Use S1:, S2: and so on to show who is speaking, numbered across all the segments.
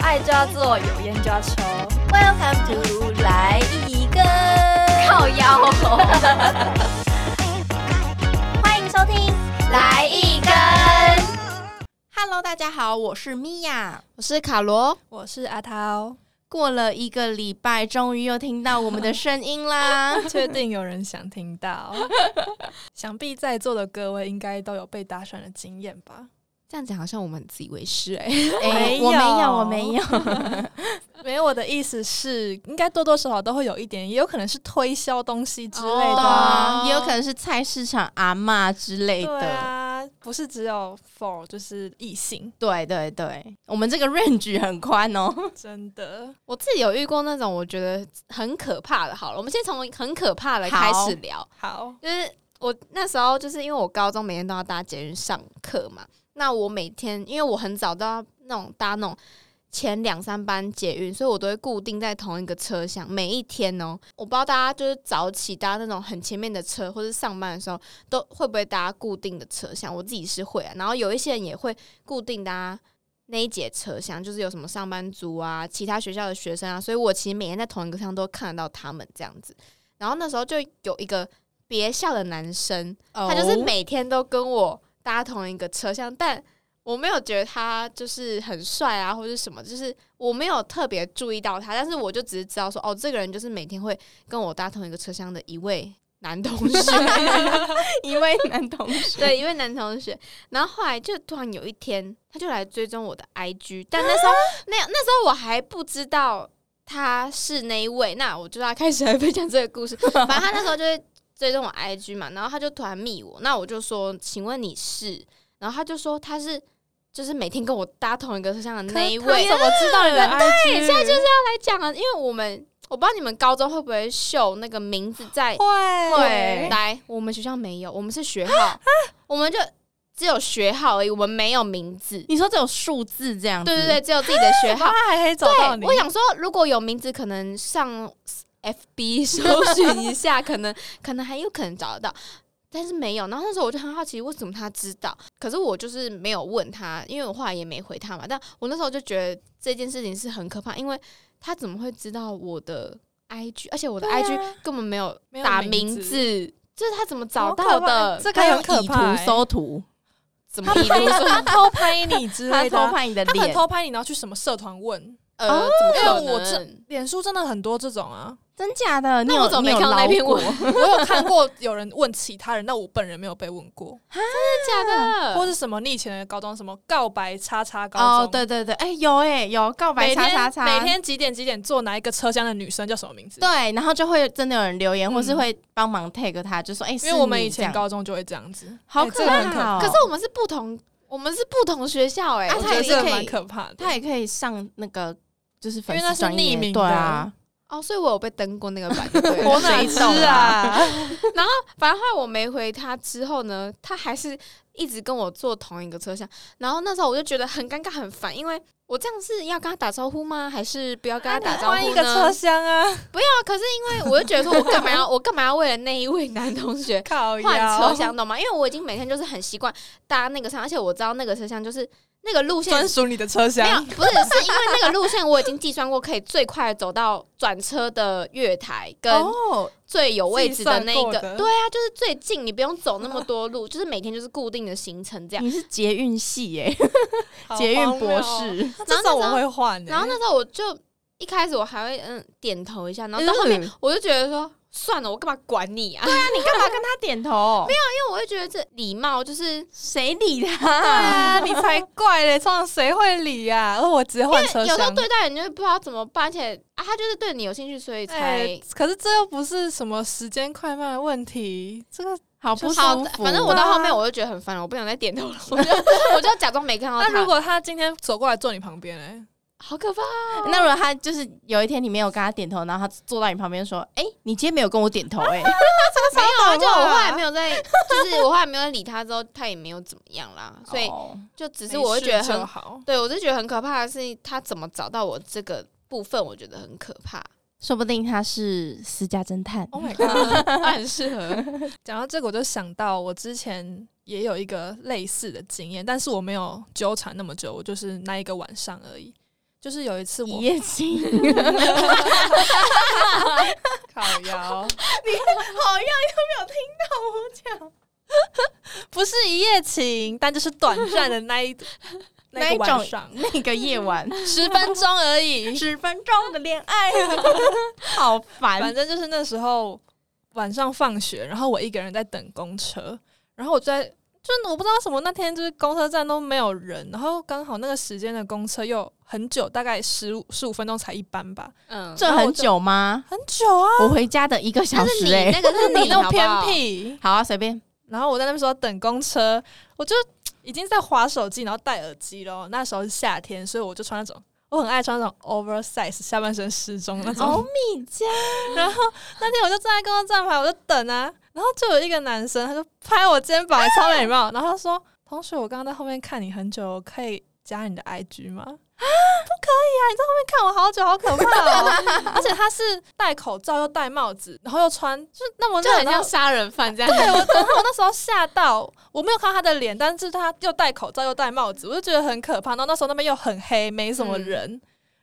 S1: 爱就要做，有烟就要抽，
S2: Welcome to 来一根，
S1: 靠腰。
S2: 欢迎收听来一根。Hello，大家好，我是米娅，
S3: 我是卡罗。
S1: 我是阿涛，
S3: 过了一个礼拜，终于又听到我们的声音啦！
S4: 确定有人想听到， 想必在座的各位应该都有被搭讪的经验吧？
S3: 这样讲好像我们很自以为是哎、
S5: 欸
S4: 没有
S3: 我没有，我没有。
S4: 没有，我的意思是，应该多多少少都会有一点，也有可能是推销东西之类的啊。
S5: 哦
S3: 也有可能是菜市场阿嬷之类
S4: 对
S3: 的。
S4: 啊，不是只有 for 就是异性，
S3: 对对对，我们这个 range 很宽哦。
S4: 真的
S5: 我自己有遇过那种我 觉得很可怕的。好了，我们先从很可怕的开始聊。
S4: 好。
S5: 就是我那时候，就是因为我高中每天都要搭捷运上课嘛，那我每天因为我很早都要那种搭那种前两三班捷运，所以我都会固定在同一个车厢，每一天哦、我不知道大家就是早起搭那种很前面的车，或是上班的时候都会不会搭固定的车厢？我自己是会啊，然后有一些人也会固定搭。那一节车厢就是有什么上班族啊，其他学校的学生啊，所以我其实每天在同一个车厢都看得到他们这样子。然后那时候就有一个别校的男生，他
S4: 哦
S5: 就是每天都跟我搭同一个车厢，但我没有觉得他就是很帅啊，或者是什么，就是我没有特别注意到他，但是我就只是知道说，哦，这个人就是每天会跟我搭同一个车厢的一位男同学，
S3: 一位男同学，
S5: 对，一位男同学。然后后来就突然有一天，他就来追踪我的 IG，但那时候那那时候我还不知道他是那一位，那我就要开始来分享这个故事。反正他那时候就会追踪我 IG 嘛，然后他就突然密我，那我就说：“请问你是？”然后他就说他是。就是每天跟我搭同一个车厢的那一位，
S4: 怎么知道你的 IG？
S5: 对，现在就是要来讲啊了，因为我们我不知道你们高中会不会秀那个名字在
S4: 会
S5: 对，来，我们学校没有，我们是学
S4: 啊
S5: 号，我们就只有学号而已，我们没有名字。
S3: 你说这种数字这样子？
S5: 对对对，只有自己的学号。
S4: 他还可以啊找到你。
S5: 对，我想说，如果有名字，可能上 FB 搜寻一下，可能可能还有可能找得到，但是没有。然后那时候我就很好奇，为什么他知道？可是我就是没有问他，因为我后来也没回他嘛。但我那时候就觉得这件事情是很可怕，因为他怎么会知道我的 IG？而且我的
S4: 对啊
S5: IG 根本没有
S4: 没有
S5: 打
S4: 名
S5: 名
S4: 字
S5: 字，这是他怎么找
S4: 好可
S5: 到
S4: 怕
S5: 的？
S4: 这个
S3: 他有
S4: 很可
S3: 以
S4: 怕
S3: 图
S4: 欸，
S3: 搜图，
S5: 怎么
S4: 他
S5: 一路
S4: 拍他偷拍你之
S3: 他
S4: 类的
S3: 偷
S4: 啊，
S3: 拍你的
S4: 他可能
S3: 脸，
S4: 偷拍你，然后去什么社团问。
S5: 呃，怎么可
S4: 因为我这
S5: 能？
S4: 脸书真的很多这种啊，
S3: 真假的？你
S5: 那我
S3: 有
S5: 怎么
S3: 你
S5: 没
S3: 有
S5: 看到那
S3: 捞
S5: 篇文？
S3: 过？
S5: 真的
S4: 我有看过有人问其他人，那我本人没有被问过，
S5: 假的？
S4: 或是什么你以前的高中什么告白叉叉高中，
S3: 呃哦，对对对，哎、有哎、有告白
S4: 每
S3: 叉
S4: 天
S3: 叉叉，
S4: 每天几点几点坐哪一个车厢的女生叫什么名字？
S3: 对，然后就会真的有人留言，
S4: 嗯
S3: 或是会帮忙 tag 他，就说哎，
S4: 因为
S3: 是
S4: 我们
S3: 你
S4: 以前
S3: 这样
S4: 高中就会这样子，
S3: 好
S4: 哎
S3: 可
S4: 这个很可
S3: 怕哦，
S5: 可是我们是不同，我们是不同学校哎、
S3: 啊
S5: 我
S4: 我觉得
S3: 他
S5: 觉得
S3: 也
S4: 这
S5: 是
S4: 个
S3: 可以
S4: 蛮可怕的。
S3: 他也可以上那个就是粉
S4: 因为那
S3: 丝
S4: 是
S3: 专业
S4: 匿名的
S3: 对啊，
S5: 哦，所以我有被登过那个 版，对
S4: 我哪
S3: 谁
S4: 知
S3: 懂
S4: 啊？
S5: 反正后来我没回他之后呢，他还是一直跟我坐同一个车厢，然后那时候我就觉得很尴尬很烦，因为我这样是要跟他打招呼吗？还是不要跟他打招呼呢？
S4: 换一个车厢啊，
S5: 啊可是因为我就觉得说我干嘛要我干嘛要为了那一位男同学
S4: 靠
S5: 换
S4: 腰
S5: 车厢，懂吗？因为我已经每天就是很习惯搭那个车厢，而且我知道那个车厢就是那个路线
S4: 专属你的车
S5: 没有
S4: 厢，，
S5: 不是，是因为那个路线我已经计算过，可以最快走到转车的月台跟
S3: 哦，
S5: 最有位置的那
S4: 计
S5: 哦一
S4: 算过
S5: 个。
S4: 的
S5: 对啊，就是最近，你不用走那么多路，就是每天就是固定的行程这样。
S3: 你是捷运系耶，
S4: 好
S3: 捷运
S4: 荒
S3: 博
S4: 谬哦。
S3: 士，
S4: 那这种我会换欸，
S5: 然后那时候我就一开始我还会嗯点头一下，然后到后面
S3: 嗯
S5: 我就觉得说。算了，我干嘛管你啊？因
S3: 你干嘛跟他点头？没有，
S5: 为我会觉得这礼貌就是
S3: 谁理
S4: 对
S3: 他？
S4: 啊，你才怪嘞，通常谁会理呀？哦，我直接换车
S5: 有时候
S4: 厢。
S5: 对待人就是不知道怎么办，而且啊，他就是对你有兴趣，所以才、
S4: 哎，可是这又不是什么时间快慢的问题，这个
S5: 哦
S3: 好不舒
S5: 好。
S3: 服。
S5: 反正我到
S4: 啊
S5: 后面我就觉得很烦了，我不想再点头了， 我就我就假装没看到他。
S4: 那如果他今天走过来坐你旁边哎嘞，
S5: 好可怕
S3: 那如果他就是有一天你没有跟他点头，然后他坐到你旁边说：“哎，你今天没有跟我点头哎。
S5: 没有啊，
S4: 懂
S5: 就我
S4: 啊
S5: 后来没有在，就是我后来没有理他之后，他也没有怎么样啦”，所以
S3: 哦
S5: 就只是我会觉得
S4: 没事就
S5: 很，
S4: 好。
S5: 对我就觉得很可怕的是他怎么找到我这个部分，我觉得很可怕，
S3: 说不定他是私家侦探。
S4: Oh my god！
S5: 他很适合。
S4: 讲到这个，我就想到我之前也有一个类似的经验，但是我没有纠缠那么久，我就是那一个晚上而已。就是有一次
S3: 一
S4: 我
S3: 夜情，
S4: 烤 窑，
S3: 好像又没有听到我讲
S4: 不是一夜情，但就是短暂的那 一那一个晚上，
S3: 那个夜晚
S4: 十分钟而已，
S3: 十分钟的恋爱，好
S4: 反
S3: 烦。
S4: 正就是那时候晚上放学，然后我一个人在等公车，然后我在就是我不知道为什么那天就是公车站都没有人，然后刚好那个时间的公车又很久，大概十五十五分钟才一班吧，
S5: 嗯，
S3: 这很久吗？
S4: 很久啊，
S3: 我回家的一个小
S5: 但是
S3: 时
S5: 你
S3: 哎、
S5: 那个是
S4: 你
S5: 你
S4: 那么偏，
S5: 好不好
S4: 僻。
S3: 好啊，随便。
S4: 然后我在那边说等公车，我就已经在划手机，然后戴耳机咯。那时候是夏天，所以我就穿那种。我很爱穿那种 oversize 下半身失踪那种，
S3: 米家，
S4: 然后那天我就站在公共站牌，我就等啊，然后就有一个男生，他就拍我肩膀，超 没礼貌，然后他说：“同学，我刚刚在后面看你很久，我可以加你的 IG 吗？”啊，不可以啊！你在后面看我好久，好可 怕哦！而且他是戴口罩又戴帽子，然后又穿，就是那么
S5: 就
S4: 热，
S5: 很
S4: 然
S5: 像
S4: 后
S5: 杀人犯这样。
S4: 对我，然后我那时候吓到，我没有看到他的脸，但是他又戴口罩又戴帽子，我就觉得很可怕。然后那时候那边又很黑，没什
S5: 嗯
S4: 么人，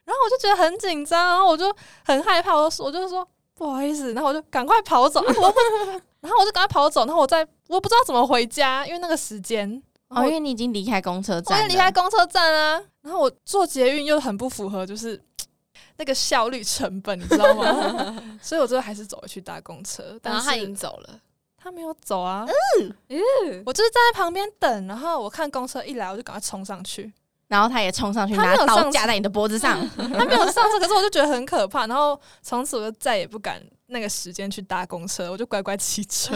S4: 然后我就觉得很紧张，然后我就很害怕，我就我就说不好意思，然后我就赶快跑走， 我不，然后我就赶快跑走，然后我再我不知道怎么回家，因为那个时间。
S3: 哦，因为你已经离开公车
S4: 我
S3: 站了，
S4: 也离开公车站啊，然后我坐捷运又很不符合，就是那个效率成本，你知道吗？ 所以我最后还是走回去搭公车，
S5: 然
S4: 但
S5: 后
S4: 是
S5: 他已经走了，
S4: 他没有走啊，
S5: 嗯
S4: 嗯我就是站在旁边等，然后我看公车一来，我就赶快冲上去。
S3: 然后他也冲上去
S4: 他没
S3: 拿
S4: 有
S3: 刀
S4: 上
S3: 架在你的脖子上，
S4: 他没有上车，可是我就觉得很可怕，然后从此我就再也不敢那个时间去搭公车，我就乖乖骑车。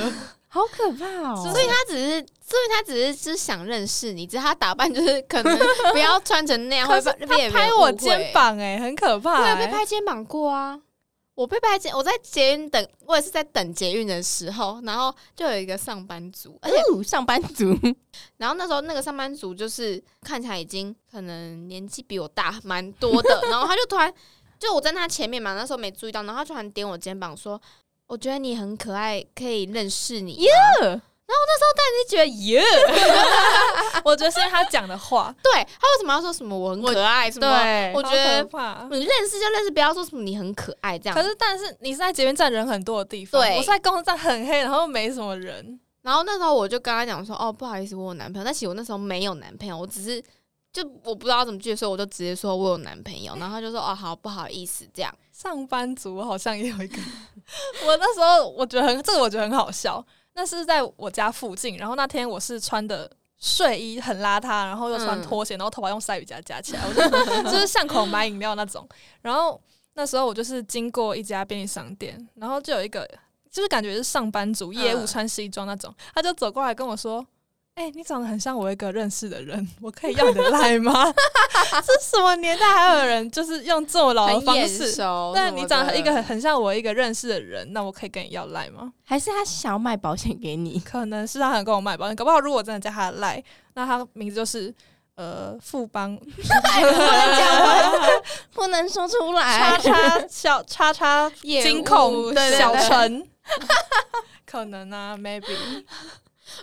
S3: 好可怕 哦！
S5: 所以他只是，所以他只是就是想认识你，只是他打扮就是可能不要穿成那 样，
S4: 可
S5: 会
S4: 是
S5: 被被
S4: 他
S5: 别人
S4: 拍
S5: 误
S4: 我
S5: 会啊
S4: 肩，膀、欸，哎，很可怕、
S5: 我
S4: 欸。
S5: 有被拍肩膀过啊。我被拍肩，我在捷运等，我也是在等捷运的时候，然后就有一个上班族，而且
S3: 哦上班族，
S5: 然后那时候那个上班族就是看起来已经可能年纪比我大蛮 多的，然后他就突然就我站在他前面嘛，那时候没注意到，然后他突然点我肩膀说：“我觉得你很可爱，可以认识你。”耶！然后我那时候当然就觉得耶，
S4: 我觉得是因为他讲的话，
S5: 对他为什么要说什么我很可爱什么？
S3: 对
S5: 我觉得
S4: 好可怕。
S5: 你认识就认识，不要说什么你很可爱这样
S4: 可。是，但是你是在捷运站人很多的地方，
S5: 对
S4: 我是在公车站很黑，然后没什么人，
S5: 然后那时候我就跟他讲说：“哦，不好意思，我有男朋友。”但其实我那时候没有男朋友，我只是就我不知道怎么拒绝，所以我就直接说我有男朋友。然后他就说：“哦，好，不好意思，这样。”
S4: 上班族我好像也有一个， 我那时候我觉得很这个我觉得很好笑，那是在我家附近，然后那天我是穿的。睡衣很邋遢，然后又穿拖鞋，然后头发用鲨鱼夹夹起来，我就 就是巷口买饮料那种。然后那时候我就是经过一家便利商店，然后就有一个就是感觉是上班族业务
S5: 嗯
S4: 穿西装那种，他就走过来跟我说：“哎、你长得很像我一个认识的人， 我可以要你的赖吗？” 这什么年代还有人就是用这么老的
S5: 很
S4: 方
S5: 眼
S4: 式？
S5: 熟
S4: 但
S5: 什么
S4: 你长得
S5: 的
S4: 一个很很像我一个认识的人，那我可以跟你要赖吗？
S3: 还是他想要卖保险 给你？
S4: 可能是他想跟我卖保险，搞不好如果我真的加他的赖，那他名字就是呃富邦哎
S3: 不能说出
S4: 叉
S3: 来，
S4: 叉小叉叉
S5: 业务
S4: 金控
S5: 对对
S4: 小
S5: 对
S4: 陈，可能啊，maybe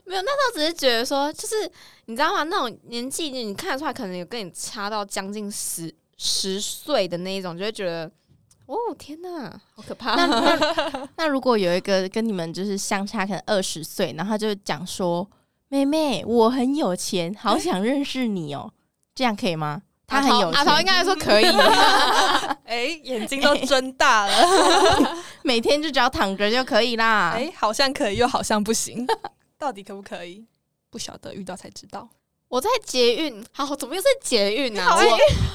S5: 没有，那时候只是觉得说，就是你知道吗？那种年纪，你看得出来，可能有跟你差到将近十十岁的那一种，就会觉得，哦天哪，好 可怕！
S3: 那那那如果有一个跟你们就是相差可能二十岁，然后他就讲说：“妹妹，我很有钱，好想认识你哦。”这样可以吗？他很有
S5: 阿桃阿桃啊应
S3: 钱，
S5: 该说可以，
S4: 哎、眼睛都睁大 了，
S3: 每天就只要躺着就可以啦。
S4: 哎、好像可以又好像不行，到底可不可以？不晓得，遇到才知道。
S5: 我在捷运，好，怎么又是捷运啊？
S4: 好
S5: 我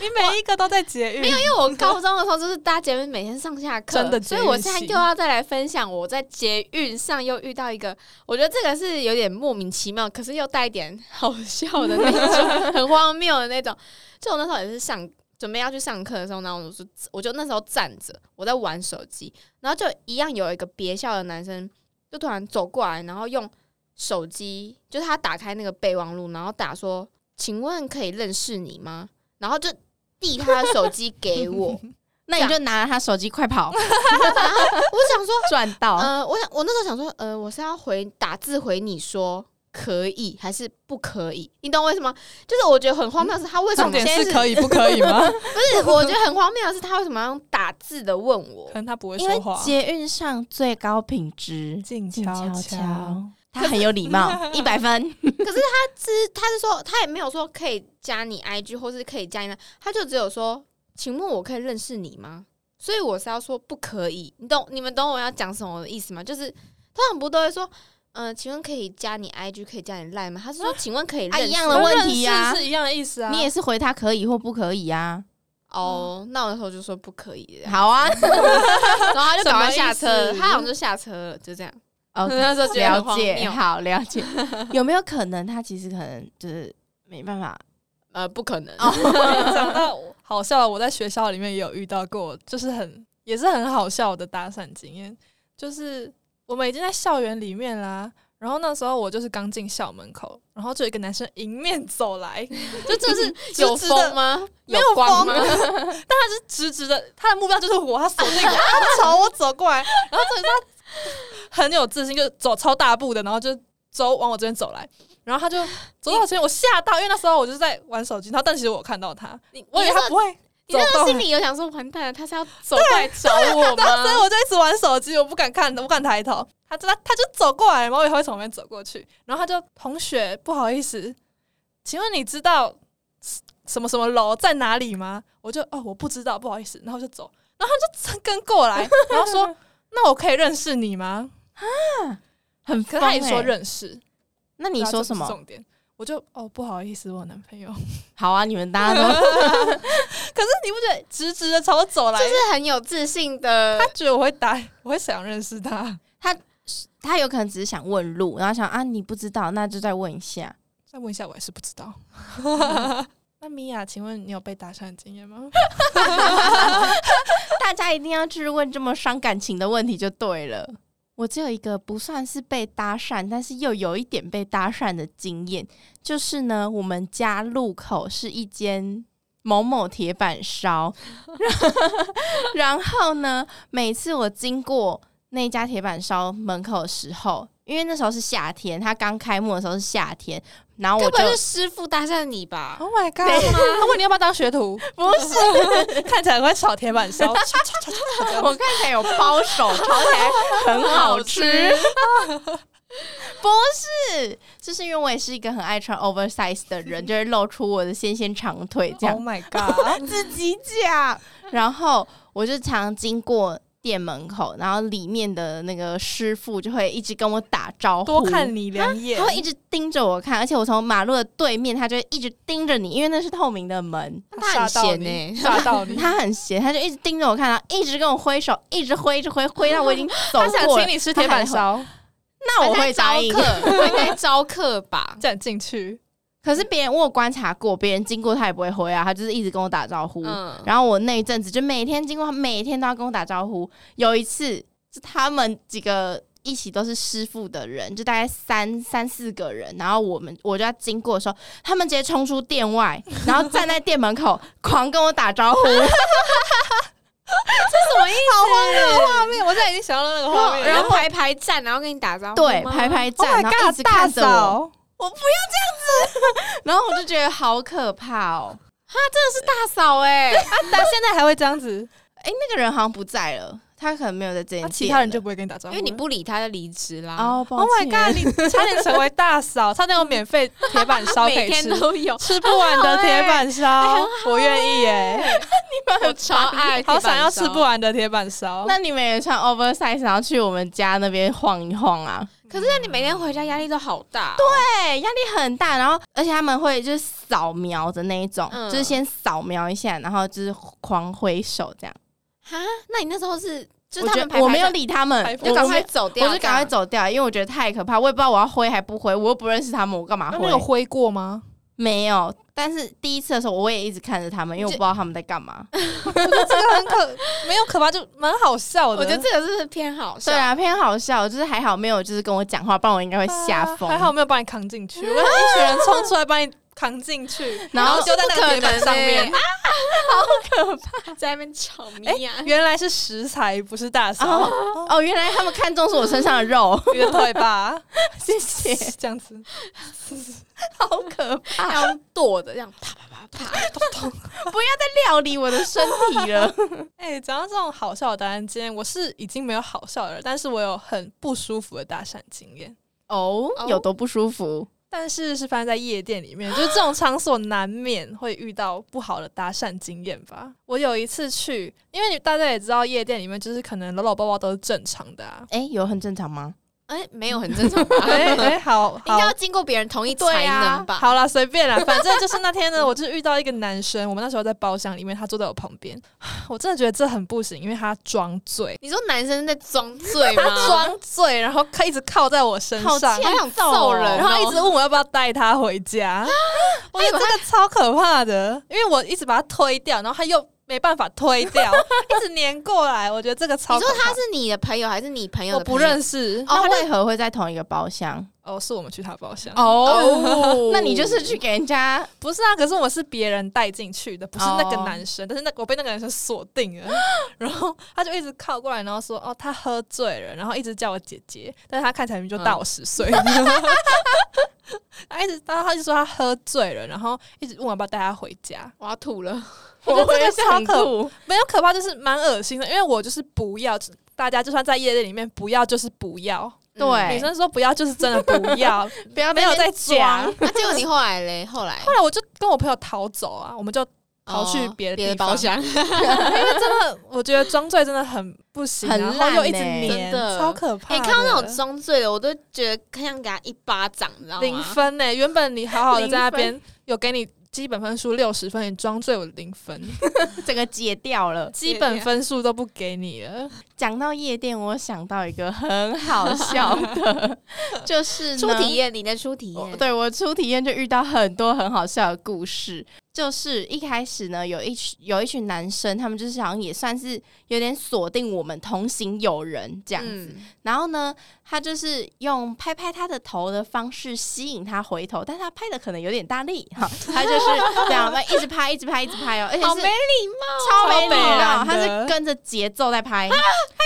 S4: 你每一个都在捷运，没有
S5: 因为我高中的时候就是搭捷运，每天上下课，
S4: 真的
S5: 所
S4: 捷运
S5: 以我现在
S4: 系
S5: 又要再来分享我在捷运上又遇到一个，我觉得这个是有点莫名其妙，可是又带一点好笑的 那种，很荒谬的那种。就我那时候也是上准备要去上课的时候，然后我就我就那时候站着，我在玩手机，然后就一样有一个别校的男生就突然走过来，然后用手机，就是他打开那个备忘录，然后打说：“请问可以认识你吗？”然后就递他的手机给我，
S3: 那你就拿着他手机快跑，
S5: 我想说，
S3: 赚到。
S5: 嗯呃，我想我那时候想说，呃，我是要回打字回你说，可以还是不可以？你懂我为什么？就是我觉得很荒谬的是，他为什
S4: 重
S5: 么
S4: 点
S5: 现在
S4: 是可以不可以 吗？
S5: 不是？我 觉得很荒谬的是，他为什么要用打字的问我
S4: 可？能他不会
S3: 因为
S4: 说话。啊
S3: 捷运上最高品质，
S4: 静
S3: 静
S4: 悄
S3: 悄
S4: 悄，
S3: 悄，他很有礼貌，一百分。
S5: 是他是说他也没有说可以加你 IG 或是可以加你那，他就只有说，请问我可以认识你吗？所以我是要说不可以，你懂你们懂我要讲什么的意思吗？就是通常不都会说，嗯、请问可以加你 IG 可以加你 Line 吗？他是说请问可以认
S3: 啊
S5: 识、
S3: 一样的问题啊
S4: 认识是一样的意思啊。
S3: 你也是回他可以或不可以啊？
S5: 哦，那我那时候就说不可以，然后
S3: 好啊
S5: 然后他就赶快下
S4: 什么
S5: 车，
S4: 意思
S5: 他好像就下车了，就这样。
S3: ，OK，
S5: 那时候觉得很
S3: 了
S5: 荒
S3: 解，
S5: 谬，
S3: 好了 解。有没有可能他其实可能就是没办法？
S5: 呃，不可能，
S4: 讲到好笑，我在学校里面也有遇到过，就是很也是很好笑的搭讪经验。就是我们已经在校园里面啦，然后那时候我就是刚进校门口，然后就有一个男生迎面走来，就真的 是直
S5: 有
S4: 直的
S5: 风，吗？
S4: 没有
S5: 光啊
S4: 风，
S5: 吗
S4: 但？他是直直的，他的目标就是我，他锁 定我，他朝我走过来，然后这他很有自信，就走超大步的，然后就走往我这边走来。然后他就走到我前面，我吓到，因为那时候我就是在玩手机，然后但其实我有看到他，
S5: 你
S4: 我以为他不会
S5: 你
S4: 走
S5: 那时
S4: 到
S5: 候
S4: 我，
S5: 心里有想说，完蛋了，他是要走过来找我
S4: 然后所以
S5: 吗？
S4: 我就一直玩手机，我不敢看，我不敢抬头。他就他他就走过来，然后我也会从旁边走过去，然后他就同学不好意思，请问你知道什么什么楼在哪里吗？我就哦我不知道，不好意思，然后就走，然后他就跟过 来，然后说那我可以认识你吗？
S3: 很
S4: 可
S3: 疯
S4: 是他也说
S3: 欸
S4: 认识，
S3: 那你
S4: 对啊
S3: 说
S4: 这
S3: 什
S4: 不是
S3: 么？
S4: 重点？我就哦不好意思，我有男朋友。
S3: 好啊，你们大家 都
S4: 可是你不觉得直直的朝我走来，
S5: 是很有自信的
S4: 他，觉得我会打，我会想认识他。
S3: 他有可能只是想问路，然后想啊你不知道，那就再问一下。
S4: 再问一下，我还是不知道。 那米娅，请问你有被搭讪的经验吗？
S3: 大家一定要去问这么伤感情的问题就对了。我只有一个不算是被搭讪，但是又有一点被搭讪的经验，就是呢，我们家路口是一间某某铁板烧， 然后然后呢，每次我经过那家铁板烧门口的时候，因为那时候是夏天，它刚开幕的时候是夏天，然后我
S5: 根
S3: 就
S5: 本是师傅搭讪你 吧？
S4: Oh my god！他问你要不要当学徒？不是， 看起来会炒铁板 烧。
S3: 我看起来有包手，炒起来很好吃。不是，就是因为我也是一个很爱穿 oversize 的人，就会露出我的纤纤长腿这
S4: Oh
S3: 样
S4: my god！
S3: 自己讲。然后我就常经过店门口，然后里面的那个师傅就会一直跟我打招呼，
S4: 多看你两眼
S3: 他。会一直盯着我看，而且我从马路的对面，他就会一直盯着你，因为那是透明的门。
S5: 他很
S4: 吓到
S5: 闲
S4: 你，
S5: 欸
S4: 吓到你。
S3: 他很闲，他就一直盯着我看，然后一直跟我挥手，一直挥，一直挥，挥到我已经走过
S4: 他
S3: 了。
S4: 想请你吃铁板烧，？
S3: 那我会答应
S5: 他。在招客，他应该招客 吧
S4: 叫你进去。
S3: 可是别人我有观察过，别人经过他也不会回啊，他就是一直跟我打招呼。
S5: 嗯，
S3: 然后我那一阵子就每天经过他，每天都要跟我打招呼。有一次是他们几个一起都是师傅的人，就大概三三四个人，然后我们我就要经过的时候，他们直接冲出店 外，然后站在店门口狂跟我打招呼，
S4: 好荒谬的画面！我现在已经想到那个画面。
S5: 然后排排站，然后跟你打招呼，
S3: 对，排。排
S4: Oh my
S3: 站，然后一
S4: god！
S3: 直
S4: 大
S3: 看着我，
S4: 嫂，
S3: 然后我就觉得好可怕哦。
S5: 大嫂 哎、
S4: 但现在还会这样子，
S3: 哎，那个人好像不在了，他可能没有在这间
S4: 那
S3: 店了，
S4: 其他人就不会跟你打招呼，
S5: 因为你。不理他就离职啦。
S3: 哦抱
S4: Oh my
S3: 歉
S4: god！你差点成为大嫂，差点有免费铁板烧可
S5: 每
S4: 以
S5: 天
S4: 吃。
S5: 都 有，
S4: 吃不完的铁板烧，我愿意耶，
S5: 我超爱，
S4: 好想要吃不。完的铁板烧。
S3: 那你们也穿 oversize，然后去我们家那边晃一晃啊？
S5: 可是那你每天回家压力都好大、
S3: 对，压力很大。然后，而且他们会就是扫描的那一种，
S5: 嗯
S3: 就是先扫描一下，然后就是狂挥手这样。
S5: 对，哈，那你那时候是就是
S3: 我
S5: 他
S3: 觉
S5: 们
S3: 得
S5: 排排
S3: 我没有
S5: 站
S3: 理他们
S4: 排，排
S3: 我
S5: 就赶
S3: 我
S5: 快
S3: 没
S5: 走掉，
S3: 我就赶快。走掉，因为我觉得太可怕，我也不知道我要挥还不挥，我又不认识他们，我干嘛
S4: 那
S3: 挥
S4: 你？有挥过吗？
S3: 没有。但是第一次的时候，我也一直看着他们，因为我不知道他们在干嘛。
S4: 这个很可，没有可怕，就蛮好笑的。
S5: 我觉得这个是偏好笑
S3: 对，啊，偏好笑，就是还啊好没有就是跟我讲话，不然我应该会吓疯。
S4: 还好没有把你扛进去，我一群人冲出来把你扛进去，
S3: 然后
S4: 丢在那个铁板上面。
S5: 在那边吵啊咪呀、
S4: 原来是食材，不是大嫂，
S3: 哦 哦，原来他们看中是我身上的肉，
S4: 约会吧，
S3: 谢谢，
S4: 这样子。
S3: 好可怕！
S5: 要用剁的这样啪啪啪啪。
S3: 料理我的身体了，
S4: 哎、讲到这种好笑的答案经验，我是已经没有好笑的了，但是我有很不舒服的搭讪经验，
S3: 哦，有多不舒服？。
S4: 但是是发生在夜店里面，就是这种场所难免会遇到不好的搭讪经验吧。我有一次去，因为你大家也知道，夜店里面就是可能搂搂抱抱都是正常的啊
S3: 哎，有很正常吗？
S5: 哎、没有很正常吧？
S4: 哎哎、 好，
S5: 应
S4: 好
S5: 该要经过别人同意才
S4: 对
S5: 能
S4: 啊
S5: 吧？，
S4: 好啦，随便 啦，反正就是那天呢，我就是遇到一个男生，我们那时候在包厢里面，他坐在我旁边， 我真的觉得这很不行，因为他装醉，
S5: 你说男生在装醉吗？
S4: 他装醉，然后他一直靠在我身
S3: 好
S4: 上，
S3: 欠
S5: 好想揍人哦、
S4: 然后一直 问我要不要带他回 家，我觉得这个超可怕的，因为我一直把他推掉，然后他又没办法推 掉，一直黏过来，我觉得这个超
S5: 你
S4: 可
S5: 说
S4: 怕
S5: 他是你的朋友还是你朋友
S4: 我
S5: 的
S4: 不
S5: 朋友
S4: 认识
S3: 他为何会在同一个包厢？
S4: 哦，是我们去他包厢
S5: 哦
S3: 那你就是去给人家
S4: 不是啊，可是我是别人带进去的，不是那个
S3: 哦
S4: 男生但是那个我被那个男生锁定 了，然后他就一直靠过来，然后说哦他喝醉了，然后一直叫我姐姐，但是他看起来明明就大我十岁， 他一直他他就说他喝醉了，然后一直问我要不要带他回家，
S5: 我要吐了。
S4: 我觉得这个超可
S3: 怖，
S4: 没有可怕，就是蛮恶心的，因为我就是不要，大家就算在夜店里面不要就是不要，
S3: 对，
S4: 女生说不要就是真的不要，
S3: 不要
S4: 没有
S3: 那
S4: 在
S3: 边
S4: 装
S3: 讲。
S5: 那、啊结果你后来嘞？后来
S4: 后来我就跟我朋友逃走啊，我们就 逃去
S5: 哦
S4: 别的
S5: 别
S4: 地
S5: 的
S4: 方
S5: 包厢，
S4: 因为真的，我觉得装醉真的很不行啊，
S3: 很
S4: 然后又
S3: 烂
S4: 一直
S3: 欸
S4: 黏，
S5: 真的
S4: 超可怕
S5: 哎、
S4: 的。
S5: 看到那种装啊醉的，我都觉得很想给他一巴掌，你知道
S4: 零
S5: 吗？
S4: 分呢、原本你好好的在那
S3: 零
S4: 边有给你基本分数六十分，你装醉我零分，
S3: 整个解掉了。
S4: 基本分数都不给你了。
S3: 讲到夜店，我想到一个很好笑的， 就是
S5: 初
S3: 呢
S5: 体验， 你的初体验，
S3: 我，哦对我初体验就遇到很多很好笑的故事。就是一开始呢，有一群有一群男生，他们就是好像也算是有点锁定我们同行友人这样子。
S5: 嗯
S3: 然后呢，他就是用拍拍他的头的方式吸引他回头，但他拍的可能有点大力哈， 他就是这样一直拍，一直拍，一直拍哦，而且
S5: 好没
S3: 是
S5: 礼貌，
S3: 超没礼貌，
S4: 超北蓝
S3: 他
S4: 的
S3: 是跟着节奏在
S5: 啊
S3: 拍，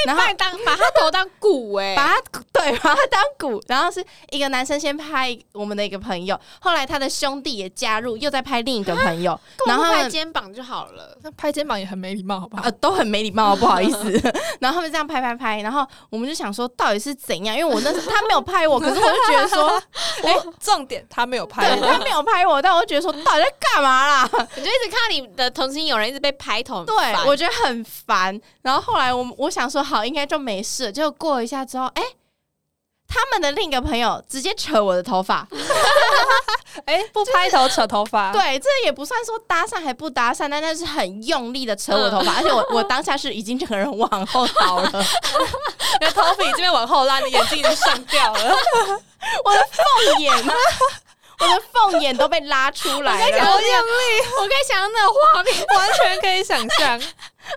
S3: 然后
S5: 把你当把他头当鼓哎、
S3: 把他对把他当鼓，然后是一个男生先拍我们的一个朋友，后来他的兄弟也加入，又在拍另一个朋友，然
S5: 然
S3: 后
S5: 后
S3: 他
S5: 拍
S3: 们
S5: 肩膀就好了。
S4: 那拍肩膀也很没礼貌，好不好？
S3: 呃，都很没礼貌，不好意思。然后他们这样拍拍拍，然后我们就想说到底是怎样？因为我那时他没有拍我，可是我就觉得说，
S4: 哎、重点他没有拍
S3: 对啊
S4: 我，
S3: 他没有拍我，但我就觉得说到底在干嘛啦？
S5: 你就一直看到你的同情友人一直被拍头，很烦
S3: 对我觉得很烦。然后后来我我想说好，应该就没事了。结果过一下之后，哎、他们的另一个朋友直接扯我的头发，
S4: 哎、不拍头扯头发，，
S3: 对，这也不算说搭讪还不搭讪，但那是很用力的扯我头发，而且我我当下是已经整个人往后倒 了，
S4: 你的头皮这边往后拉，你眼睛已经上吊了。
S3: 我的凤眼啊，我的凤眼都被拉出 来
S4: 好用
S3: 了，
S4: 力，
S5: 我可以想象那个画面，
S4: 完全可以想 象。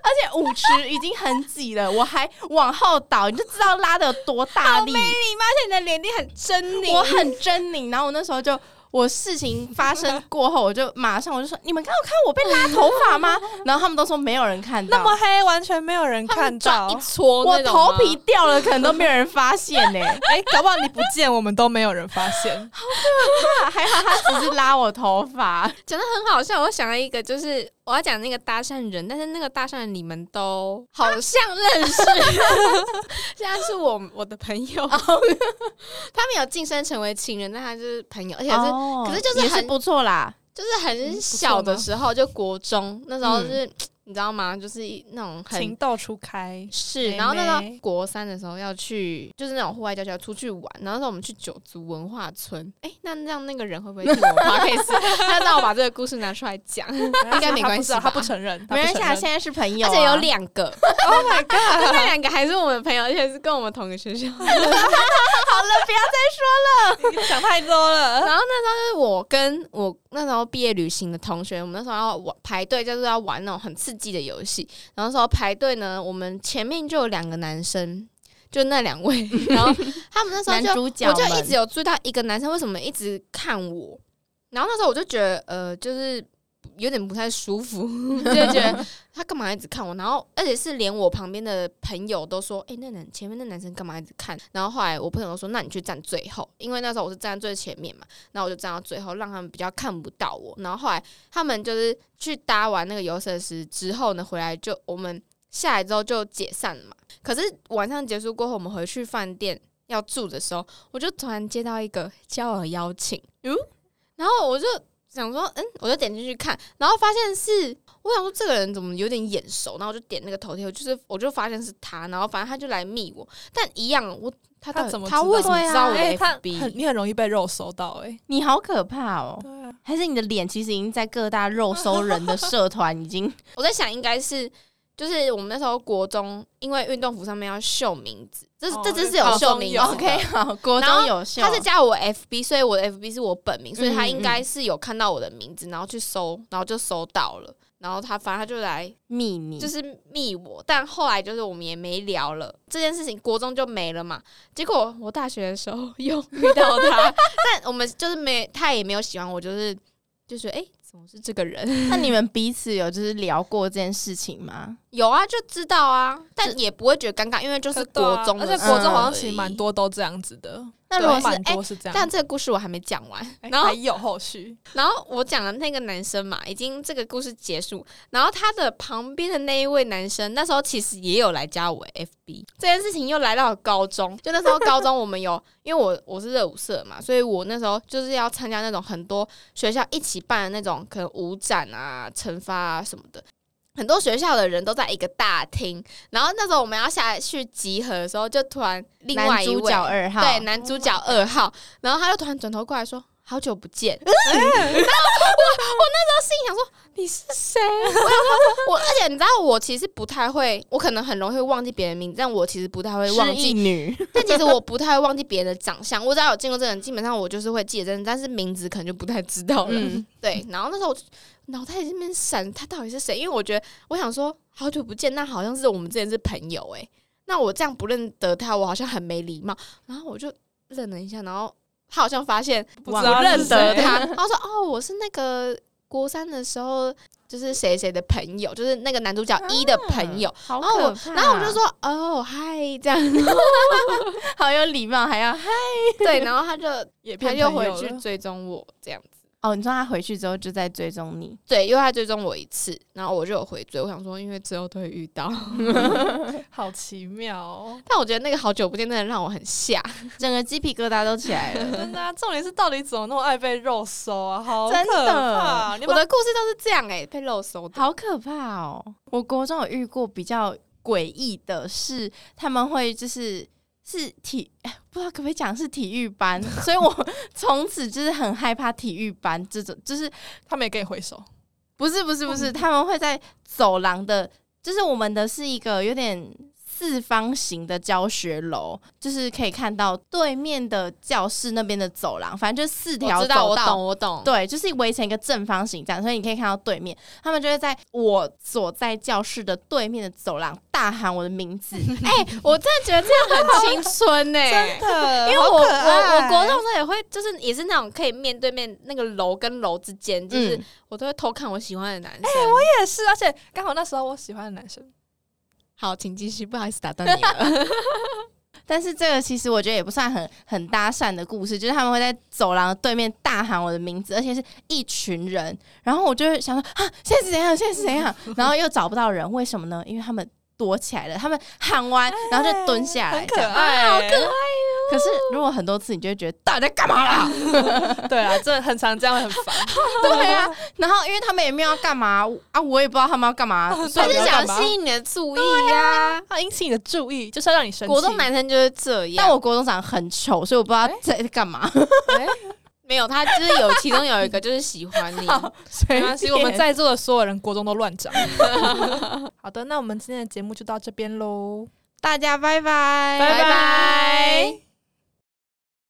S3: 而且舞池已经很挤了，我还往后倒，你就知道拉的有多大力。
S5: 你的脸脸很狰狞，
S3: 我很狰狞，然后我那时候就。我事情发生过后，我就马上我就说：“你们刚有看我被拉头发吗？”然后他们都说没有人看
S4: 那
S3: 到，
S4: 么黑，完全没有人看到
S5: 一。撮
S3: 我
S5: 那种吗
S3: 头皮掉了，可能都没有人发现 呢、
S4: 哎、搞不好你不见，我们都没有人发 现。
S3: 啊 还好他只是拉我头 发，
S5: 讲的很好笑。我想了一个，就是我要讲那个搭讪人，但是那个搭讪人你们都好像认识， 现在是我我的朋友，
S4: 哦
S5: 他们有晋升成为情人，但他就是朋友，而且是、
S3: 哦
S5: 可是就是
S3: 也是
S5: 很
S3: 不错啦。
S5: 就是很小的时候，就国中那时候是、你知道吗？就是那种
S4: 嗯情
S5: 很。
S4: 窦初开，
S5: 是，
S4: 妹
S5: 然后那时候
S4: 妹
S5: 国三的时候要去，就是那种户外教学要出去玩。然后那时候我们去九族文化村，哎、那那样那个人会不会听我 podcast？他让我把这个故事拿出来讲，应该没关系吧
S4: 他不知道他不承认，
S3: 没关系啊，
S4: 他不承认
S3: 现在是朋友、
S5: 而且有。两个，
S4: Oh my god！
S5: 那两个还是我们朋友，而且是跟我们同个学校。
S4: 你想太多了。
S5: 然后那时候就是我跟我那时候毕业旅行的同学，我们那时候要玩排队，就是要玩那种很刺激的游戏。然后那时候排队呢，我们前面就有两个男生，就那两 位，然后他们那时候
S3: 男
S5: 就
S3: 主角
S5: 我就
S3: 们
S5: 一直有注意到一个男生为什么一直看我。然后那时候我就觉得，呃，就是有点不太舒服，就觉 得他干嘛一直看我，然后而且是连我旁边的朋友都说，哎、那男前面那男生干嘛一直看？然后后来我朋友都说，那你去站最后，因为那时候我是站最前面嘛，然后我就站到最后，让他们比较看不到我。然后后来他们就是去搭完那个游设施之后呢，回来就我们下来之后就解散了嘛。可是晚上结束过后，我们回去饭店要住的时候，我就突然接到一个交友邀请，
S4: 嗯
S5: 然后我就想说，嗯，我就点进去看，然后发现是，我想说这个人怎么有点眼熟，然后我就点那个头贴，我就是我就发现是他，然后反正他就来密我，但一样我他到
S4: 他
S5: 底
S4: 怎么
S5: 他为什么知道我的
S4: 哎、他
S5: FB？、
S4: 很你很容易被肉搜到哎、
S3: 你好可怕哦！
S4: 对啊，
S3: 还是你的脸其实已经在各大肉搜人的社团已经
S5: 我在想应该是。就是我们那时候国中，因为运动服上面要秀名字，这、
S4: 哦
S5: 这只 是有秀名字的
S4: 高中有
S3: OK 好，国
S5: 然后
S3: 中有秀，
S4: 啊
S5: 他是加我 FB，所以我的 FB 是我本名，所以他
S3: 嗯
S5: 应该是有看到我的名字，然后去搜，然后就搜到了，然后他反正他就来
S3: 秘
S4: 嗯
S3: 密，
S5: 就是密我，但后来就是我们也没聊了这件事情，国中就没了嘛。结果我大学的时候又遇到 他，但我们就是没他也没有喜欢我，就是就觉得哎、诶怎么是这个人？
S3: 那你们彼此有就是聊过这件事情吗？
S5: 有啊，就知道啊，但也不会觉得尴尬，因为就是国中
S4: 啊而
S5: 的
S4: 且
S5: 时
S4: 国
S5: 候嗯而已，
S4: 中好像其实蛮多都这样子的，
S3: 那如果
S5: 对
S3: 是
S4: 蛮
S3: 哎、
S4: 多是这样。
S5: 但这个故事我还没讲完，
S4: 哎
S5: 然后
S4: 还有后续，
S5: 然后我讲的那个男生嘛，已经这个故事结束。然后他的旁边的那一位男生，那时候其实也有来加我 FB，这件事情又来到了高中。就那时候高中我们有， 因为我我是热舞社嘛，所以我那时候就是要参加那种很多学校一起办的那种可能舞展啊、惩罚啊什么的。很多学校的人都在一个大厅，然后那时候我们要下去集合的时候，就突然另外
S3: 男
S5: 一位
S3: 主角二号，
S5: 对，男主角二号，然后他就突然转头过来说：“好久不 见。然后
S3: 嗯
S5: 我我那时候心里想说：“你是谁？”我我而且你知道，我其实不太会，我可能很容易会忘记别人名字，但我其实不太会忘
S3: 失忆
S5: 记。
S3: 女，
S5: 但其实我不太会忘记别人的长相，我只要有见过这个人，基本上我就是会记得这个人，但是名字可能就不太知道了。
S3: 嗯，
S5: 对，然后那时候我就脑袋里面闪他到底是谁，因为我觉得我想说好久不见，那好像是我们之前是朋友诶、那我这样不认得他，我好像很没礼貌。然后我就愣了一下，然后他好像发现
S4: 不
S3: 哇
S4: 知道
S3: 我
S4: 是
S5: 认得
S4: 谁
S3: 欸
S5: 他，然后说哦，我是那个国三的时候就是谁谁的朋友，就是那个男主角一的朋 友。
S3: 啊好
S5: 然后
S3: 可
S5: 我，
S3: 怕，
S5: 然后我就说哦嗨这样，
S3: 好有礼貌，还要嗨
S5: 对，然后他就
S4: 也
S5: 他
S4: 变
S5: 就
S4: 朋
S5: 回
S4: 友
S5: 去
S4: 了
S5: 追踪我这样。
S3: 哦，你说他回去之后就在追踪你，
S5: 对，因为他追踪我一次，然后我就有回追。我想说，因为之后都会遇到，！
S4: 好奇妙哦
S5: 但我觉得那个好久不见，真的让我很吓。
S3: 整个鸡皮疙瘩都起来了。
S4: 真的、啊，重点是到底怎么那么爱被肉搜啊？好
S3: 真的
S4: 可怕！你
S5: 我
S4: 们
S5: 的故事都是这样哎、被漏搜的。
S3: 好可怕哦！我国中有遇过比较诡异的是，他们会就是是体，哎不知道可不可以讲是体育班， 所以我从此就是很害怕体育班这种，就是
S4: 他们也给你回收，
S3: 不是不是不是，他们会在走廊的，就是我们的是一个有点。四方形的教学楼，就是可以看到对面的教室那边的走廊，反正就四条
S5: 我
S3: 走
S5: 知道，
S3: 道
S5: 我懂，我懂。
S3: 对，就是围成一个正方形这样，所以你可以看到对面，他们就会在我所在教室的对面的走廊大喊我的名字，
S5: 哎、我真的觉得这样很青春 哎、
S4: 的
S5: 因为我我我国
S4: 中
S5: 中的时候也会，就是也是那种可以面对面那个楼跟楼之间， 就是
S3: 嗯
S5: 我都会偷看我喜欢的男生。哎我也
S4: 也是，而且刚好那时候我喜欢的男生，
S5: 好，请继续，不好意思打 断你了。
S3: 但是这个其实我觉得也不算很很搭讪的故事，就是他们会在走廊的对面大喊我的名字，而且是一群人。然后我就会想说啊，现在是怎样？现在是怎样？然后又找不到人，为什么呢？因为他们躲起来了，他们喊完然后就蹲下来
S4: 很
S3: 这
S4: 可
S3: 样。啊
S4: 爱，啊好可
S3: 可是如果很多次，你就会觉得到底在干嘛啦？
S4: 爱。对啊，真的很常这样，很烦。
S3: 对啊，然后因为他们也没有要干嘛啊，我也不知道他们要干嘛，哦所以
S5: 他
S4: 到
S5: 是
S4: 底要
S5: 想
S4: 干嘛
S5: 吸引 你的注意呀、
S4: 他引起你的注意，就是要让你 生气。
S5: 国中男生就是这样。
S3: 但我国中长得很丑，所以我不知道在在干嘛。
S5: 没有，他就是有其中有一个就是喜欢你，
S4: 没关系，我们在座的所有人国中都乱 长。好的，那我们今天的节目就到这边喽，
S3: 大家拜拜，
S5: 拜拜